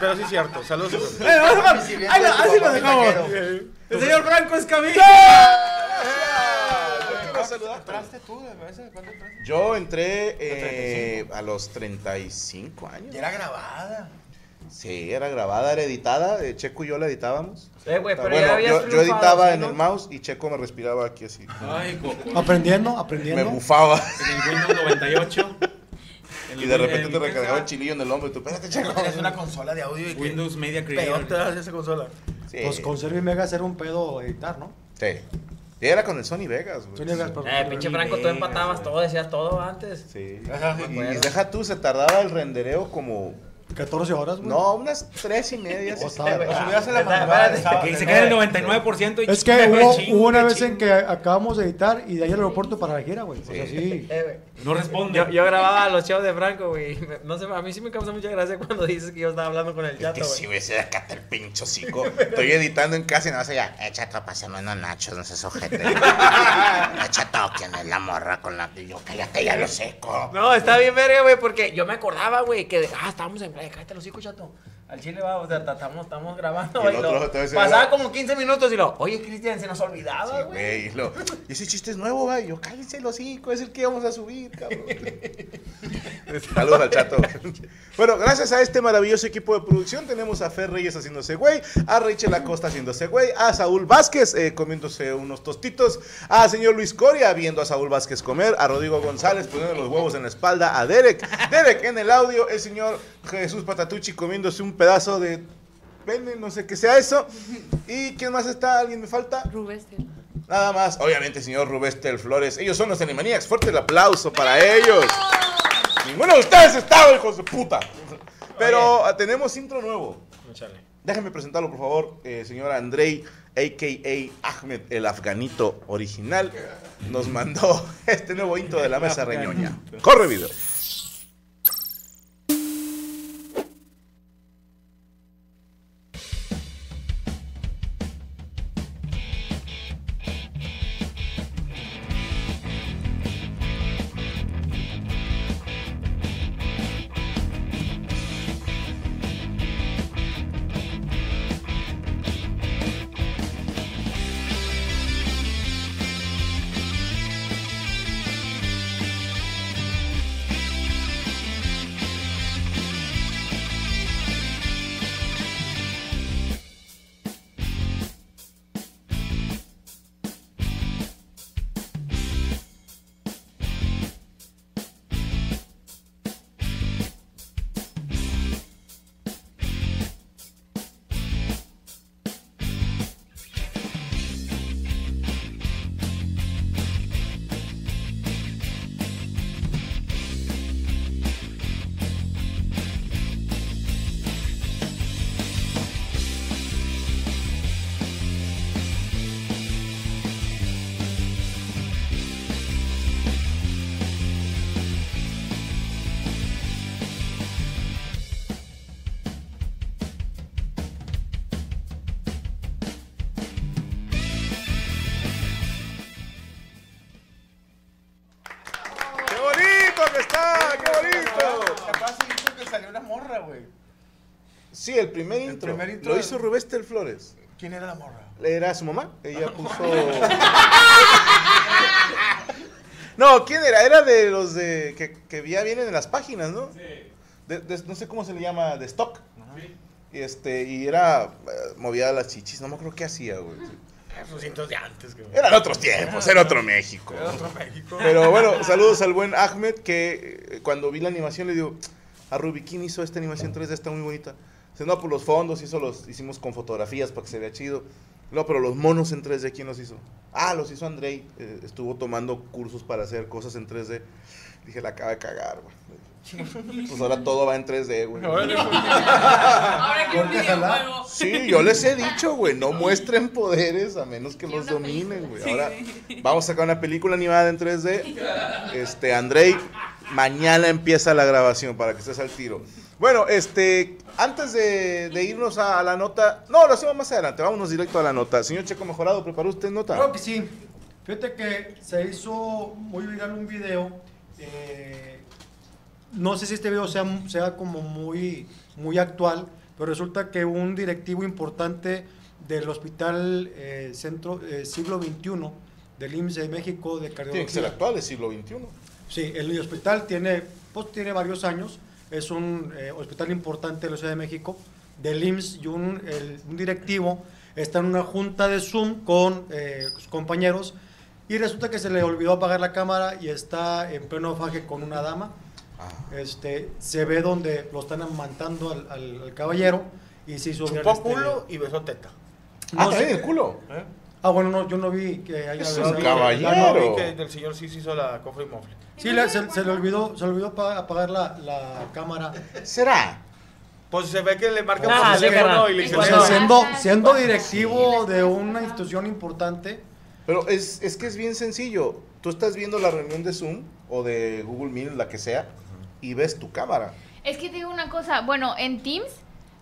Speaker 4: Pero sí es cierto. Saludos.
Speaker 12: Ahí lo- así lo dejamos. El señor Franco Escamilla.
Speaker 4: ¿Entraste tú de veces? ¿Cuándo entraste?
Speaker 3: Yo entré eh, a los 35 años.
Speaker 4: Y era grabada.
Speaker 3: Sí, era grabada, era editada. eh, Checo y yo la editábamos.
Speaker 6: Eh, güey, pero
Speaker 3: Bueno,
Speaker 6: ya habías
Speaker 3: yo, yo
Speaker 6: triunfado,
Speaker 3: editaba
Speaker 6: ¿sí,
Speaker 3: en
Speaker 6: no?
Speaker 3: el mouse y Checo me respiraba aquí así.
Speaker 12: Ay, Coco.
Speaker 7: Aprendiendo,
Speaker 3: Me
Speaker 7: aprendiendo.
Speaker 3: bufaba.
Speaker 12: En el Windows 98. en el
Speaker 3: Y de
Speaker 12: Win-
Speaker 3: repente
Speaker 12: en-
Speaker 3: te recargaba el chilillo en el hombro y tú, espérate, Checo.
Speaker 4: Es una consola de audio y que-
Speaker 12: Windows Media Creator.
Speaker 4: Pelotas de esa consola.
Speaker 3: Sí.
Speaker 7: Pues con Servi Mega era un pedo editar, ¿no?
Speaker 3: Sí. Y Era con el Sony Vegas, güey.
Speaker 7: Sony Vegas, perdón.
Speaker 6: Eh, pinche Franco, tú empatabas todo, decías todo antes.
Speaker 3: Sí.
Speaker 4: Ajá,
Speaker 3: Y,
Speaker 4: sí.
Speaker 3: y deja tú, se tardaba el rendereo como.
Speaker 7: 14 horas, güey.
Speaker 3: No, unas tres y media.
Speaker 7: O
Speaker 3: sí,
Speaker 7: sea,
Speaker 3: güey.
Speaker 4: Lo
Speaker 3: Ah,
Speaker 4: subías en la
Speaker 6: Espérate,
Speaker 4: madrugada del
Speaker 6: espérate,
Speaker 4: sábado.
Speaker 12: Que se queda el 99% y
Speaker 7: Es que
Speaker 12: chingue,
Speaker 7: hubo,
Speaker 12: chingue,
Speaker 7: hubo una vez en
Speaker 12: chingue.
Speaker 7: que acabamos de editar y de ahí al aeropuerto para la gira, güey. O sea, sí.
Speaker 6: Eh, güey.
Speaker 12: No responde.
Speaker 6: Yo, yo grababa los shows de Franco, güey. Me- No sé, a mí sí me causa mucha gracia cuando dices que yo estaba hablando con el
Speaker 3: Es
Speaker 6: chato,
Speaker 3: que si
Speaker 6: güey.
Speaker 3: hubiese acá el pincho hocico. Estoy editando en casa y nada más allá. Echa a pasarme unos nachos, no seas ojete. Echa todo quien es la morra con la. Y yo, cállate, ya lo seco.
Speaker 6: No, está bien verga, güey, porque yo me acordaba, güey, que, ah, estábamos en playa, cállate los hijos, chato. Al chile va, o sea, estamos, estamos grabando,
Speaker 3: Y el
Speaker 6: güey.
Speaker 3: otro
Speaker 6: lo-
Speaker 3: te va a decir,
Speaker 6: Pasaba
Speaker 3: "Ah".
Speaker 6: como 15 minutos y lo, oye, Cristian, se nos olvidaba,
Speaker 3: Sí,
Speaker 6: güey.
Speaker 3: güey. y lo- Y ese chiste es nuevo, güey. Yo, cállense el hocico, es el que íbamos a subir, cabrón. Saludos al chato. Bueno, gracias a este maravilloso equipo de producción tenemos a Fer Reyes haciéndose güey, a Rachel Acosta haciéndose güey, a Saúl Vázquez eh, comiéndose unos tostitos, a señor Luis Coria viendo a Saúl Vázquez comer, a Rodrigo González poniendo los huevos en la espalda, a Derek, Derek en el audio, el señor Jesús Patatucci comiéndose un pedazo de pene, no sé qué sea eso. ¿Y quién más está? ¿Alguien me falta?
Speaker 8: Rubén Stella.
Speaker 3: Nada más, obviamente, señor Rubén Tel Flores. Ellos son los Animaniacs. Fuerte el aplauso para ellos. Ninguno de ustedes estaba, hijos de puta. Pero ah, tenemos intro nuevo. Déjenme presentarlo, por favor, eh, señor Andrei, a.k.a. Ahmed, el afganito original. Nos mandó este nuevo intro de la mesa reñoña. Corre video. ¡Qué bonito que está! ¡Qué bonito!
Speaker 4: Capaz se dijo que salió una morra, güey.
Speaker 3: Sí, el primer intro.
Speaker 4: primer intro
Speaker 3: lo
Speaker 4: es-
Speaker 3: hizo Rubén Tel Flores.
Speaker 4: ¿Quién era la morra?
Speaker 3: Era su mamá. Ella puso. No, ¿quién era? Era de los de que, que ya vienen en las páginas, ¿no? De- de- no sé cómo se le llama, de stock. Y este, y era eh, movida las chichis, no me acuerdo qué hacía, güey.
Speaker 4: Esos cientos de antes, güey.
Speaker 3: Eran otros tiempos, era otro México.
Speaker 4: Era otro México.
Speaker 3: Pero bueno, saludos al buen Ahmed, que eh, cuando vi la animación le digo, a Rubiquín hizo esta animación 3D, está muy bonita. Dice, no, pues los fondos hizo los, hicimos con fotografías para que se vea chido. No, pero los monos en 3D, ¿quién los hizo? Ah, los hizo Andrei. eh, estuvo tomando cursos para hacer cosas en 3D. Dije, la acaba de cagar, güey. Pues ahora todo va en 3D, güey.
Speaker 8: Ahora que un
Speaker 4: Ah, Porque ojalá-
Speaker 8: videojuego.
Speaker 3: Sí, yo les he dicho, güey, no muestren poderes a menos que los
Speaker 8: una
Speaker 3: dominen, güey.
Speaker 8: película.
Speaker 3: Ahora
Speaker 8: Sí.
Speaker 3: vamos a sacar una película animada en 3D. Este, Andrei, mañana empieza la grabación para que estés al tiro. Bueno, este, antes de, de irnos a, a la nota, no, lo hacemos más adelante, vámonos directo a la nota. Señor Checo Mejorado, ¿preparó usted
Speaker 7: Claro
Speaker 3: nota?
Speaker 7: que sí. Fíjate que se hizo muy viral un video. eh, no sé si este video sea, sea como muy, muy actual, pero resulta que un directivo importante del Hospital eh, Centro eh, Siglo XXI del IMSS de México de
Speaker 3: Tiene
Speaker 7: Cardiología.
Speaker 3: que ser actual, es siglo XXI.
Speaker 7: Sí, el hospital tiene, pues, tiene varios años, es un eh, hospital importante de la Ciudad de México, del IMSS y un, el- un directivo está en una junta de Zoom con eh, sus compañeros y resulta que se le olvidó apagar la cámara y está en pleno faje con una dama.
Speaker 3: Ah.
Speaker 7: Este, se ve donde lo están amantando al, al- al caballero y se hizo viral
Speaker 4: Chupó
Speaker 7: este
Speaker 4: culo
Speaker 7: video.
Speaker 4: y besó teta.
Speaker 3: Ah,
Speaker 7: No sé-
Speaker 3: también el culo.
Speaker 7: Ah, bueno, no, yo no vi que haya... Ah,
Speaker 3: Es
Speaker 4: Yo
Speaker 3: un
Speaker 4: vi que- yo
Speaker 3: caballero.
Speaker 4: Ah, vi que el señor sí se hizo la cofre y mofle.
Speaker 7: Sí, le- se, se le olvidó, se le olvidó pa- apagar la, la cámara.
Speaker 3: ¿Será?
Speaker 4: Pues se ve que le marca
Speaker 6: Ah,
Speaker 4: por
Speaker 6: sí,
Speaker 4: teléfono
Speaker 6: carnal.
Speaker 4: y le dice,
Speaker 7: O
Speaker 6: Pues
Speaker 7: sea,
Speaker 6: no.
Speaker 7: siendo,
Speaker 11: Gracias.
Speaker 7: siendo directivo de una institución importante,
Speaker 3: Pero es, es que es bien sencillo. Tú estás viendo la reunión de Zoom o de Google Meet, la que sea, y ves tu cámara.
Speaker 11: Es que te digo una cosa, bueno, en Teams,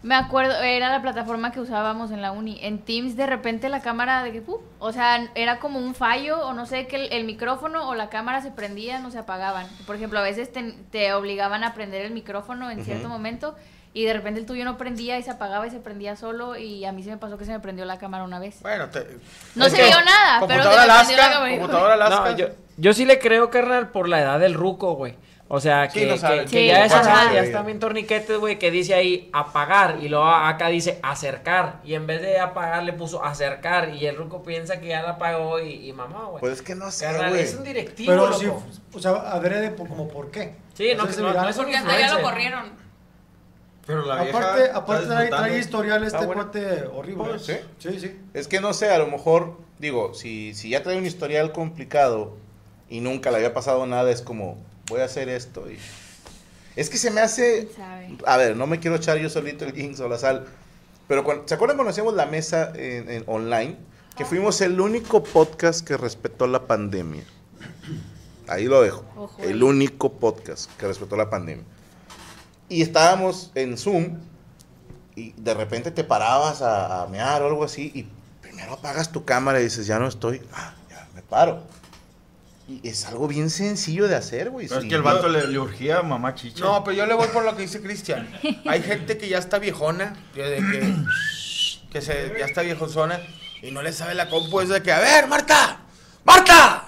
Speaker 11: me acuerdo, era la plataforma que usábamos en la uni. En Teams, de repente la cámara de que, ¡puf! o sea, era como un fallo, o no sé, que el, el micrófono o la cámara se prendían o se apagaban. Por ejemplo, a veces te, te obligaban a prender el micrófono en cierto
Speaker 3: Ujú.
Speaker 11: momento y de repente el tuyo no prendía y se apagaba y se prendía solo. Y a mí se me pasó que se me prendió la cámara una vez.
Speaker 4: Bueno, te-
Speaker 11: No
Speaker 4: es
Speaker 11: se
Speaker 4: que
Speaker 11: vio nada, pero
Speaker 4: Computadora
Speaker 11: se me prendió la
Speaker 4: Alaska,
Speaker 11: cámara.
Speaker 4: computadora Alaska.
Speaker 6: No, yo, yo sí le creo, carnal, por la edad del ruco, güey. O sea,
Speaker 4: Sí,
Speaker 6: que,
Speaker 4: lo
Speaker 6: que-
Speaker 4: saben.
Speaker 6: que
Speaker 11: Sí,
Speaker 6: ya
Speaker 11: lo
Speaker 6: esas
Speaker 11: saben.
Speaker 6: madres ya están bien torniquetes, güey, que dice ahí apagar y luego acá dice acercar. Y en vez de apagar le puso acercar y el ruco piensa que ya la apagó y, y mamá, güey.
Speaker 3: Pues es que no sé,
Speaker 6: Carnal,
Speaker 3: güey.
Speaker 6: es un directivo,
Speaker 7: pero
Speaker 6: loco.
Speaker 7: sí, o sea, adrede por- como por qué.
Speaker 6: Sí, no,
Speaker 7: O sea,
Speaker 6: que
Speaker 7: se
Speaker 6: no,
Speaker 7: mira-
Speaker 6: no es un
Speaker 8: Porque hasta ya
Speaker 6: influencer.
Speaker 8: lo corrieron.
Speaker 12: Pero la vieja
Speaker 7: Aparte,
Speaker 12: está
Speaker 7: aparte trae,
Speaker 12: disfrutando.
Speaker 7: trae historial este
Speaker 12: Ah, bueno.
Speaker 7: cuate horrible.
Speaker 12: Oh,
Speaker 7: ¿eh?
Speaker 12: ¿sí?
Speaker 7: Sí, sí.
Speaker 3: Es que no sé, a lo mejor, digo, si, si ya trae un historial complicado y nunca le había pasado nada, es como, voy a hacer esto. Y... Es que se me hace.
Speaker 11: ¿Quién sabe?
Speaker 3: A ver, no me quiero echar yo solito el jinx o la sal. Pero, cuando, ¿se acuerdan cuando hacíamos la mesa en, en online?
Speaker 11: Ah.
Speaker 3: Que fuimos el único podcast que respetó la pandemia. Ahí lo dejo.
Speaker 8: Ojo.
Speaker 3: El único podcast que respetó la pandemia. Y estábamos en Zoom y de repente te parabas a, a mear o algo así y primero apagas tu cámara y dices, ya no estoy. Ah, ya me paro. Y es algo bien sencillo de hacer, güey.
Speaker 9: Pero es
Speaker 3: sí.
Speaker 9: que el vato le, le urgía a mamá chicha.
Speaker 4: No, pero yo le voy por lo que dice Cristian. Hay gente que ya está viejona, que, de que, que se, ya está viejozona y no le sabe la compu esa de que, a ver, Marta, Marta,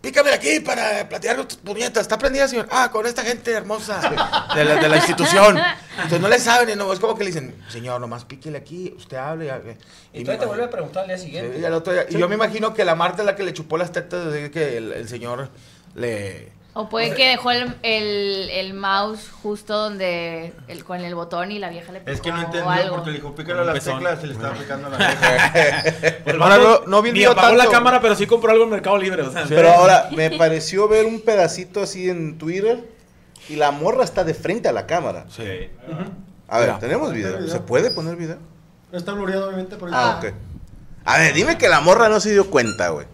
Speaker 4: pícame de aquí para platear tus puñetas. Está prendida, señor. Ah, con esta gente hermosa de la, de la institución. Entonces no le saben y no, es como que le dicen, señor, nomás píquele aquí, usted habla
Speaker 6: Y
Speaker 4: y... y- y
Speaker 6: entonces te
Speaker 4: me
Speaker 6: vuelve a
Speaker 4: imagino-
Speaker 6: preguntar al día
Speaker 4: Sí,
Speaker 6: siguiente.
Speaker 4: y al otro día- y yo me imagino que la Marta es la que le chupó las tetas de que el- el señor le...
Speaker 11: O puede que dejó el, el, el mouse justo donde el, con el botón y la vieja le picó
Speaker 9: Es que no
Speaker 11: o
Speaker 9: entendió
Speaker 11: algo.
Speaker 9: porque le dijo pícale
Speaker 12: Un
Speaker 9: a las
Speaker 12: pezón.
Speaker 9: teclas y le estaba picando a la vieja.
Speaker 12: Pues El
Speaker 4: Ahora
Speaker 12: vato
Speaker 4: no- no vi el
Speaker 12: ni
Speaker 4: video
Speaker 12: apagó
Speaker 4: tanto.
Speaker 12: la cámara, pero sí compró algo en Mercado Libre. O sea,
Speaker 3: Pero ahora, me pareció ver un pedacito así en Twitter y la morra está de frente a la cámara.
Speaker 12: Sí.
Speaker 3: A ver,
Speaker 5: Mira.
Speaker 3: ¿tenemos video?
Speaker 7: video.
Speaker 3: ¿Se puede poner video?
Speaker 7: No está blureado, obviamente, pero.
Speaker 3: Ah, ok. A ver, dime que la morra no se dio cuenta, güey.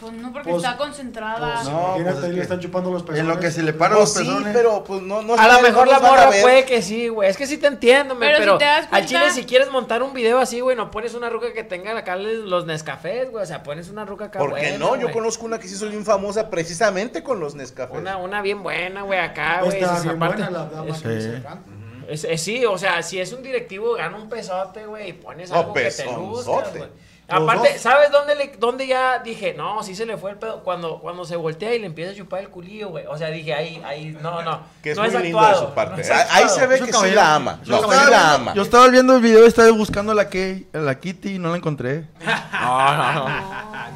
Speaker 8: Pues no, porque
Speaker 7: Pues-
Speaker 8: está concentrada.
Speaker 7: Pues,
Speaker 9: No,
Speaker 7: imagínate,
Speaker 9: pues es
Speaker 7: ahí le
Speaker 9: que-
Speaker 7: están chupando los pezones.
Speaker 9: En lo que se le paran
Speaker 3: Pues
Speaker 9: los
Speaker 3: sí,
Speaker 9: pezones.
Speaker 3: pero pues no, no
Speaker 6: A
Speaker 3: sé,
Speaker 6: lo mejor
Speaker 3: no
Speaker 6: la
Speaker 3: nos van a
Speaker 6: morra
Speaker 3: ver.
Speaker 6: puede que sí, güey. Es que sí te entiendo, men,
Speaker 8: Pero si
Speaker 6: pero,
Speaker 8: te das
Speaker 6: al
Speaker 8: cuenta-
Speaker 6: chile si quieres montar un video así, güey, no pones una ruca que tenga acá los Nescafés, güey. O sea, pones una ruca acá,
Speaker 3: ¿Por qué
Speaker 6: buena,
Speaker 3: no? Yo
Speaker 6: güey.
Speaker 3: conozco una que sí soy bien famosa precisamente con los Nescafé.
Speaker 6: Una, una bien buena, güey, acá, Ah, güey.
Speaker 7: Está Pues
Speaker 6: esas
Speaker 7: bien
Speaker 6: aparte-
Speaker 7: buena la dama
Speaker 6: es-
Speaker 7: que dice
Speaker 9: Sí.
Speaker 7: Franco.
Speaker 6: es- es- sí, o sea, si es un directivo, gana un pesote, güey, y pones
Speaker 3: No, pues,
Speaker 6: algo que te luzca,
Speaker 3: pezonzote.
Speaker 6: güey.
Speaker 7: Los
Speaker 6: Aparte,
Speaker 7: dos.
Speaker 6: ¿sabes dónde, le, dónde ya dije? No, sí se le fue el pedo. Cuando, cuando se voltea y le empieza a chupar el culillo, güey. O sea, dije, ahí, ahí, no, no.
Speaker 3: Que es
Speaker 6: no
Speaker 3: muy lindo
Speaker 6: actuado,
Speaker 3: de su parte.
Speaker 6: no es
Speaker 3: Ah, Ahí
Speaker 6: actuado.
Speaker 3: se ve
Speaker 7: Es un
Speaker 3: que sí
Speaker 7: caballero.
Speaker 3: la ama.
Speaker 7: Es un
Speaker 3: No, sí
Speaker 7: caballero.
Speaker 3: la ama.
Speaker 9: Yo estaba viendo el video, estaba buscando a la, Kay- a la Kitty y no la encontré.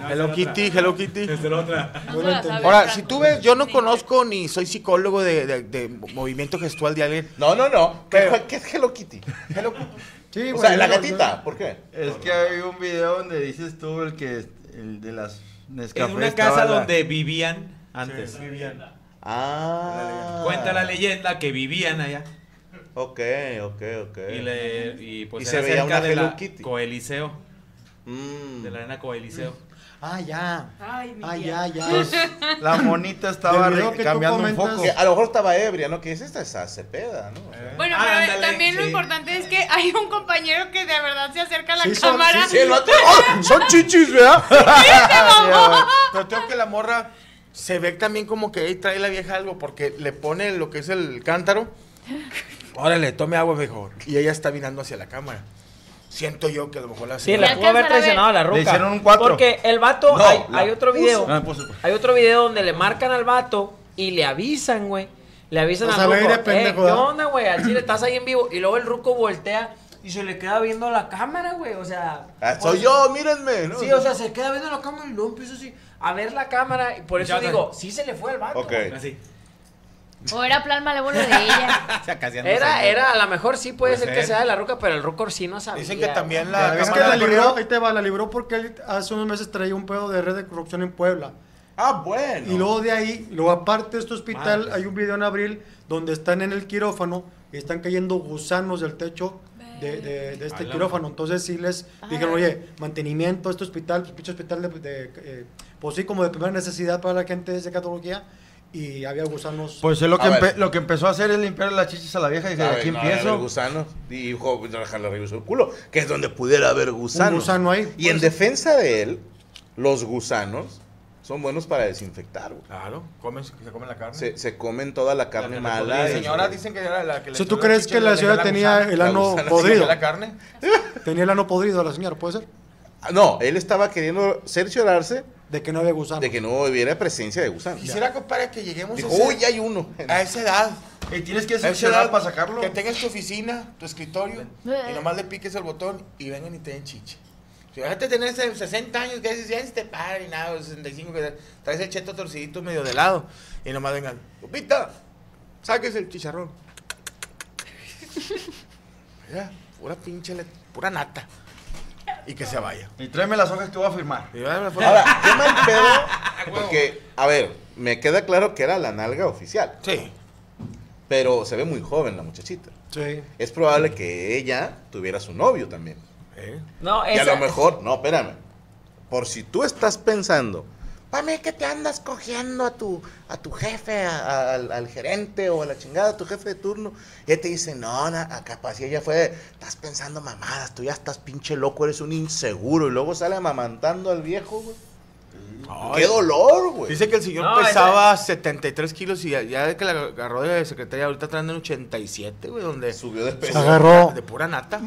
Speaker 4: Hello Kitty, Hello Kitty.
Speaker 12: Desde la otra.
Speaker 8: No se la sabe,
Speaker 4: Ahora,
Speaker 8: Franco.
Speaker 4: si tú ves, yo no
Speaker 8: Sí.
Speaker 4: conozco ni soy psicólogo de, de- de movimiento gestual de alguien.
Speaker 3: No, no, no. ¿Qué, fue- qué es Hello Kitty?
Speaker 7: Sí,
Speaker 3: o
Speaker 7: güey,
Speaker 3: sea, la
Speaker 7: yo- yo-
Speaker 3: gatita. ¿Por qué?
Speaker 9: Es que hay un video donde dices tú el que el de las Nescafé.
Speaker 12: En una
Speaker 9: estaba
Speaker 12: casa
Speaker 9: la-
Speaker 12: donde vivían antes.
Speaker 3: Ah.
Speaker 12: Cuenta la leyenda que vivían allá.
Speaker 3: Ok, ok, ok.
Speaker 12: Y, le, y pues
Speaker 3: Y
Speaker 12: era
Speaker 3: se veía
Speaker 12: cerca
Speaker 3: una
Speaker 12: de
Speaker 3: Hello
Speaker 12: la
Speaker 3: Kitty.
Speaker 12: Coeliseo,
Speaker 3: Mm.
Speaker 12: de la arena Coeliseo.
Speaker 7: Ah, ya.
Speaker 8: Ay, mi
Speaker 7: Ah, ya,
Speaker 8: tía.
Speaker 7: ya.
Speaker 9: La monita estaba
Speaker 7: Del video
Speaker 9: re-
Speaker 7: que tú
Speaker 9: cambiando un
Speaker 7: comentas.
Speaker 9: poco.
Speaker 3: Que a lo mejor estaba ebria, ¿no? Que es esta esa cepeda, ¿no? O
Speaker 6: Eh.
Speaker 3: sea,
Speaker 8: Bueno,
Speaker 12: Ah,
Speaker 8: pero
Speaker 12: ándale,
Speaker 8: también lo
Speaker 12: sí.
Speaker 8: importante es que hay un compañero que de verdad se acerca a la
Speaker 7: Sí, son-
Speaker 8: cámara.
Speaker 7: sí, sí, lo-
Speaker 4: ¡Oh! Son chichis, ¿verdad?
Speaker 9: Sí,
Speaker 4: Pero tengo que la morra se ve también como que ahí trae la vieja algo porque le pone lo que es el cántaro. Órale, tome agua mejor. Y ella está mirando hacia la cámara. Siento yo que a lo mejor la
Speaker 6: Sí,
Speaker 4: señora-
Speaker 6: la pudo haber
Speaker 11: alcanzar a ver.
Speaker 6: traicionado a la ruca.
Speaker 9: Le hicieron un cuatro.
Speaker 6: Porque el vato,
Speaker 4: No,
Speaker 6: hay,
Speaker 4: la
Speaker 6: hay otro video.
Speaker 9: Ah, puso, pues.
Speaker 6: Hay otro video donde le marcan al vato y le avisan, güey. Le avisan
Speaker 7: O sea,
Speaker 6: al
Speaker 7: ve
Speaker 6: ruco.
Speaker 7: de pendejo,
Speaker 6: "Eh, ¿Qué
Speaker 7: ¿verdad?"
Speaker 6: onda, güey? Al chile estás ahí en vivo. Y luego el ruco voltea y se le queda viendo a la cámara, güey. O sea.
Speaker 3: ah,
Speaker 6: o
Speaker 3: soy
Speaker 6: sea,
Speaker 3: yo, mírenme, ¿no?
Speaker 6: Sí, o sea, se queda viendo a la cámara y luego empieza así a ver la cámara. Y por eso
Speaker 12: Ya, ya.
Speaker 6: digo, sí se le fue al vato.
Speaker 3: Ok.
Speaker 6: güey.
Speaker 12: Así.
Speaker 11: O era plan malévolo de ella.
Speaker 12: O sea, casi andas
Speaker 6: Era,
Speaker 12: ahí.
Speaker 6: era, a lo mejor sí puede
Speaker 12: Puede
Speaker 6: ser que
Speaker 12: ser.
Speaker 6: sea de la ruca, pero el ruco sí no sabía.
Speaker 4: Dicen que también la
Speaker 7: Es que
Speaker 4: cámara
Speaker 7: la
Speaker 4: de-
Speaker 7: libró, ahí te va, la libró porque él hace unos meses traía un pedo de red de corrupción en Puebla.
Speaker 3: Ah, bueno.
Speaker 7: Y luego de ahí, y luego aparte de este hospital,
Speaker 12: Madres.
Speaker 7: hay un video en abril donde están en el quirófano y están cayendo gusanos del techo de, de- de este
Speaker 12: Ala.
Speaker 7: quirófano. Entonces sí les dijeron, oye, mantenimiento a este hospital, pues, pinche hospital de, de, eh, pues sí, como de primera necesidad para la gente de catología y había gusanos.
Speaker 9: Pues él lo
Speaker 3: A
Speaker 9: que, empe-
Speaker 3: ver.
Speaker 9: lo que empezó a hacer es limpiar las chichis a la vieja y dije,
Speaker 3: A ver,
Speaker 9: aquí
Speaker 3: no,
Speaker 9: empiezo.
Speaker 3: era el gusano. Y pues, dijo, déjale revisar el culo, que es donde pudiera haber gusanos.
Speaker 7: Un gusano ahí.
Speaker 3: Y
Speaker 7: Por
Speaker 3: en
Speaker 7: eso.
Speaker 3: defensa de él, los gusanos son buenos para desinfectar, güey.
Speaker 4: Claro, comen, se comen la carne.
Speaker 3: Se, se comen toda la carne
Speaker 12: carne
Speaker 3: mala.
Speaker 12: podrida.
Speaker 3: y-
Speaker 4: señora dicen que era la que le
Speaker 7: Si tú
Speaker 4: echó
Speaker 7: crees
Speaker 4: los
Speaker 7: que
Speaker 4: chichis,
Speaker 7: la
Speaker 4: le-
Speaker 7: señora
Speaker 4: la
Speaker 7: tenía
Speaker 4: gusana.
Speaker 7: el
Speaker 3: la
Speaker 7: ano
Speaker 3: gusana, sí,
Speaker 7: podrido,
Speaker 4: la carne.
Speaker 7: tenía el ano podrido la señora, ¿puede ser?
Speaker 3: Ah, No, él estaba queriendo cerciorarse
Speaker 7: De que no había gusanos.
Speaker 3: de que no hubiera presencia de gusanos.
Speaker 4: Quisiera, compadre, que lleguemos
Speaker 3: Dijo,
Speaker 4: a, ese-
Speaker 3: uy, ya hay uno.
Speaker 4: a esa edad.
Speaker 9: Y tienes que
Speaker 4: A esa edad
Speaker 9: succionar para sacarlo.
Speaker 4: Que tengas tu oficina, tu escritorio, y nomás le piques el botón y vengan y te den chiche. Si vas a tener ese 60 años, que dices, ya este padre, y nada, o 65, que traes el cheto torcidito medio de lado, y nomás vengan, Lupita, saques el chicharrón.
Speaker 5: Mira, pura pinche, le- pura nata.
Speaker 4: Y que se vaya.
Speaker 9: Y tráeme las hojas que voy a firmar.
Speaker 3: Ahora, qué mal pedo. Porque, a ver, me queda claro que era la nalga oficial.
Speaker 4: Sí.
Speaker 3: Pero se ve muy joven la muchachita.
Speaker 7: Sí.
Speaker 3: Es probable que ella tuviera su novio también.
Speaker 6: No,
Speaker 3: Y a
Speaker 6: esa-
Speaker 3: lo mejor, no, espérame. Por si tú estás pensando, mami, que te andas cogiendo a tu, a tu jefe, a- a- al, al gerente o a la chingada, a tu jefe de turno, y él te dice, no, na- a- capaz, y ella fue, estás pensando mamadas, tú ya estás pinche loco, eres un inseguro, y luego sale amamantando al viejo, güey. ¡Qué dolor,
Speaker 4: pues,
Speaker 3: güey!
Speaker 5: Dice que el señor
Speaker 6: No,
Speaker 5: pesaba 73 kilos y ya, ya que la agarró de secretaria, ahorita traen en 87, güey, donde
Speaker 3: Subió de peso.
Speaker 7: Agarró.
Speaker 5: de pura nata.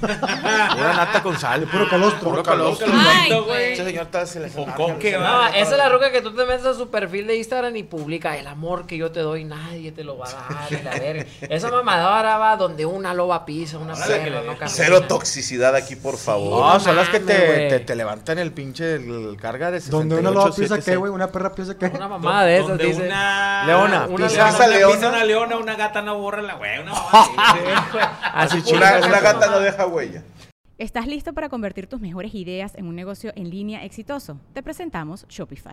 Speaker 5: pura nata con sal.
Speaker 7: Puro calostro.
Speaker 5: Puro calostro.
Speaker 8: Ay,
Speaker 6: Perfecto,
Speaker 8: güey.
Speaker 5: Ese señor está- se le
Speaker 12: Focón, qué
Speaker 6: No, esa es la ruca que tú te metes a su perfil de Instagram y publica el amor que yo te doy, nadie te lo va a dar. y la verga. Esa mamadora va donde una loba pisa, una
Speaker 12: Órale, que
Speaker 6: perra,
Speaker 12: le-
Speaker 6: no camina.
Speaker 3: Cero toxicidad aquí, por favor.
Speaker 5: No, son las que
Speaker 6: mames, güey.
Speaker 5: te, te, te levantan el pinche el carga de 68,
Speaker 7: Donde una loba piensa que,
Speaker 5: 76.
Speaker 7: güey, una perra piensa que.
Speaker 6: Una mamada de esas,
Speaker 12: Donde
Speaker 6: dice.
Speaker 12: Una
Speaker 5: Leona,
Speaker 6: una
Speaker 12: pisa,
Speaker 6: leona.
Speaker 12: una leona.
Speaker 3: Pisa
Speaker 12: una
Speaker 3: una
Speaker 12: leona, una gata no borra la güey. Una mamá
Speaker 6: Así
Speaker 3: Una,
Speaker 6: publica
Speaker 3: una
Speaker 6: esa
Speaker 3: gata no
Speaker 6: mamada.
Speaker 3: deja huella.
Speaker 2: ¿Estás listo para convertir tus mejores ideas en un negocio en línea exitoso? Te presentamos Shopify.